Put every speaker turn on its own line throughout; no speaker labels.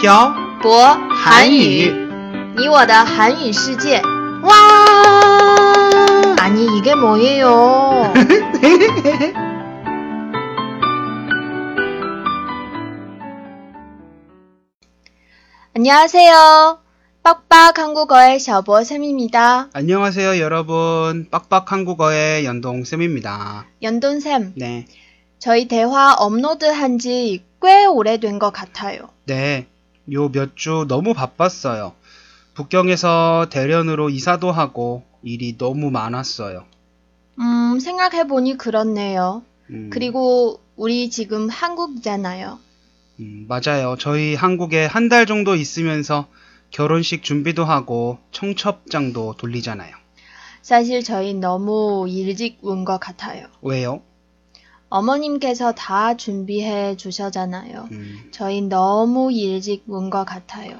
漂
博韩
韩
语，
语
你我的韩语世界。
와.
아니 이게 뭐예요? 안녕하세요. 빡빡 한국어의 샤보 쌤입니다.
안녕하세요, 여러분. 빡빡 한국어의 연동 쌤입니다.
연돈 쌤,
네,
저희 대화 업로드한 지 꽤 오래된 것 같아요.
네. 요 몇 주 너무 바빴어요. 북경에서 대련으로 이사도 하고 일이 너무 많았어요.
음, 생각해 보니 그렇네요.
음,
그리고 우리 지금 한국이잖아요.
음, 맞아요. 저희 한국에 한 달 정도 있으면서 결혼식 준비도 하고 청첩장도 돌리잖아요.
사실 저희 너무 일찍 온 것 같아요.
왜요?
어머님께서 다 준비해 주셨잖아요.
음,
저희 너무 일찍 온 것 같아요.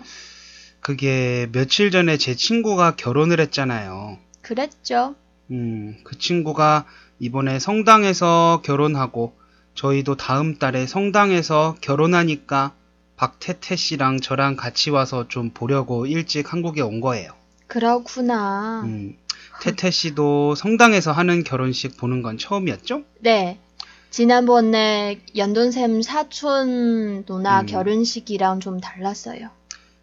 그게 며칠 전에 제 친구가 결혼을 했잖아요.
그랬죠?
음, 그 친구가 이번에 성당에서 결혼하고 저희도 다음 달에 성당에서 결혼하니까 박태태 씨랑 저랑 같이 와서 좀 보려고 일찍 한국에 온 거예요.
그렇구나.
음, 태태 씨도 성당에서 하는 결혼식 보는 건 처음이었죠?
네. 지난번에 연돈샘 사촌 누나
음.
결혼식이랑 좀 달랐어요.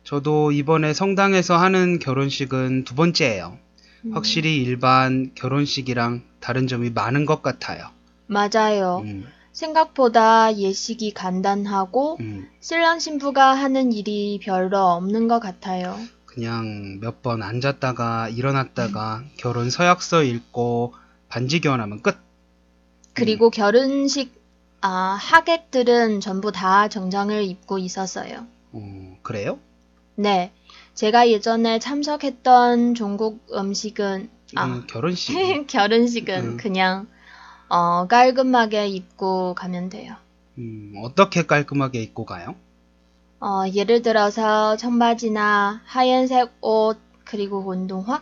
저도 이번에 성당에서 하는 결혼식은 두 번째예요.
음,
확실히 일반 결혼식이랑 다른 점이 많은 것 같아요.
맞아요.
음,
생각보다 예식이 간단하고
음.
신랑 신부가 하는 일이 별로 없는 것 같아요.
그냥 몇 번 앉았다가 일어났다가 결혼 서약서 읽고 반지 교환하면 끝.
그리고
음.
결혼식 아, 하객들은 전부 다 정장을 입고 있었어요.
어, 그래요?
네. 제가 예전에 참석했던 종국 음식은 아,
음, 결혼식.
결혼식은
음.
그냥 어, 깔끔하게 입고 가면 돼요.
음, 어떻게 깔끔하게 입고 가요?
어, 예를 들어서 청바지나 하얀색 옷 그리고 운동화?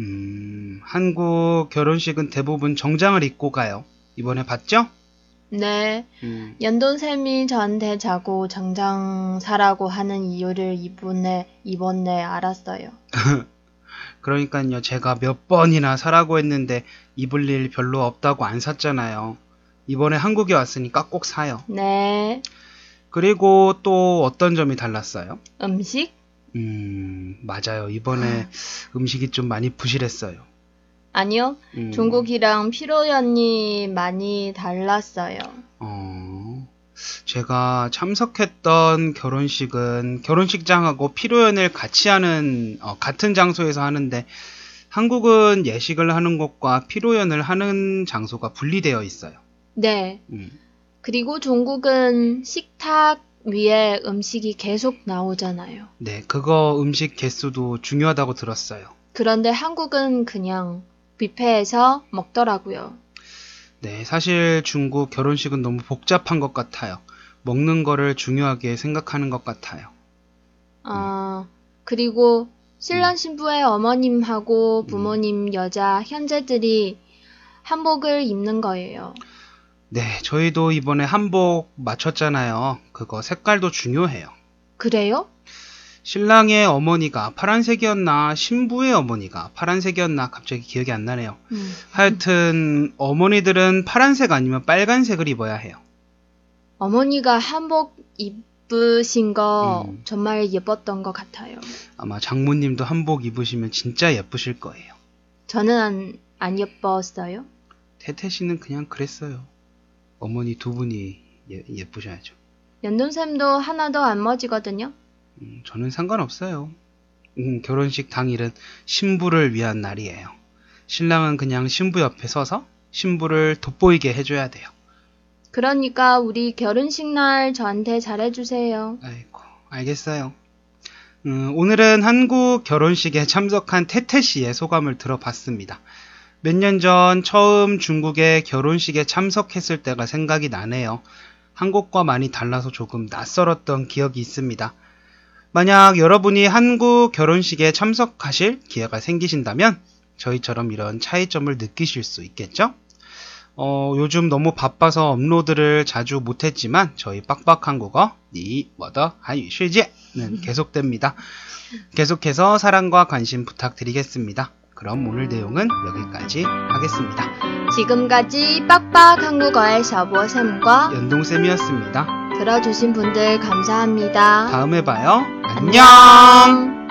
음, 한국 결혼식은 대부분 정장을 입고 가요. 이번에 봤죠?
네,
음,
연돈샘이 저한테 자꾸 정장 사라고 하는 이유를 이번에 이번에 알았어요.
그러니까요. 제가 몇 번이나 사라고 했는데 입을 일 별로 없다고 안 샀잖아요. 이번에 한국에 왔으니까 꼭 사요.
네,
그리고 또 어떤 점이 달랐어요?
음식?
음, 맞아요. 이번에 음식이 좀 많이 부실했어요.
아니요,
음,
중국이랑 피로연이 많이 달랐어요.
어, 제가 참석했던 결혼식은 결혼식장하고 피로연을 같이 하는, 어, 같은 장소에서 하는데, 한국은 예식을 하는 곳과 피로연을 하는 장소가 분리되어 있어요.
네,
음,
그리고 중국은 식탁 위에 음식이 계속 나오잖아요.
네, 그거 음식 개수도 중요하다고 들었어요.
그런데 한국은 그냥 뷔페에서 먹더라고요.
네, 사실 중국 결혼식은 너무 복잡한 것 같아요. 먹는 거를 중요하게 생각하는 것 같아요. 음.
아, 그리고 신랑 신부의
음.
어머님하고 부모님 여자 현재들이 한복을 입는 거예요.
네, 저희도 이번에 한복 맞췄잖아요. 그거 색깔도 중요해요.
그래요?
신랑의 어머니가 파란색이었나, 신부의 어머니가 파란색이었나, 갑자기 기억이 안 나네요.
음.
하여튼, 어머니들은 파란색 아니면 빨간색을 입어야 해요.
어머니가 한복 입으신 거
음.
정말 예뻤던 것 같아요.
아마 장모님도 한복 입으시면 진짜 예쁘실 거예요.
저는 안, 안 예뻤어요.
태태 씨는 그냥 그랬어요. 어머니 두 분이 예, 예쁘셔야죠.
연돈샘도 하나도 안 멋지거든요.
음, 저는 상관없어요. 음, 결혼식 당일은 신부를 위한 날이에요. 신랑은 그냥 신부 옆에 서서 신부를 돋보이게 해줘야 돼요.
그러니까 우리 결혼식 날 저한테 잘해주세요.
아이고, 알겠어요. 음, 오늘은 한국 결혼식에 참석한 태태 씨의 소감을 들어봤습니다. 몇 년 전 처음 중국의 결혼식에 참석했을 때가 생각이 나네요. 한국과 많이 달라서 조금 낯설었던 기억이 있습니다. 만약 여러분이 한국 결혼식에 참석하실 기회가 생기신다면 저희처럼 이런 차이점을 느끼실 수 있겠죠? 어, 요즘 너무 바빠서 업로드를 자주 못했지만 저희 빡빡한국어 니 워더 한유 실제 는 계속됩니다. 계속해서 사랑과 관심 부탁드리겠습니다. 그럼 오늘 내용은 여기까지 하겠습니다.
지금까지 빡빡 한국어의 샤보쌤과
연동쌤이었습니다.
들어주신 분들 감사합니다.
다음에 봐요. 아, 안녕!
안녕.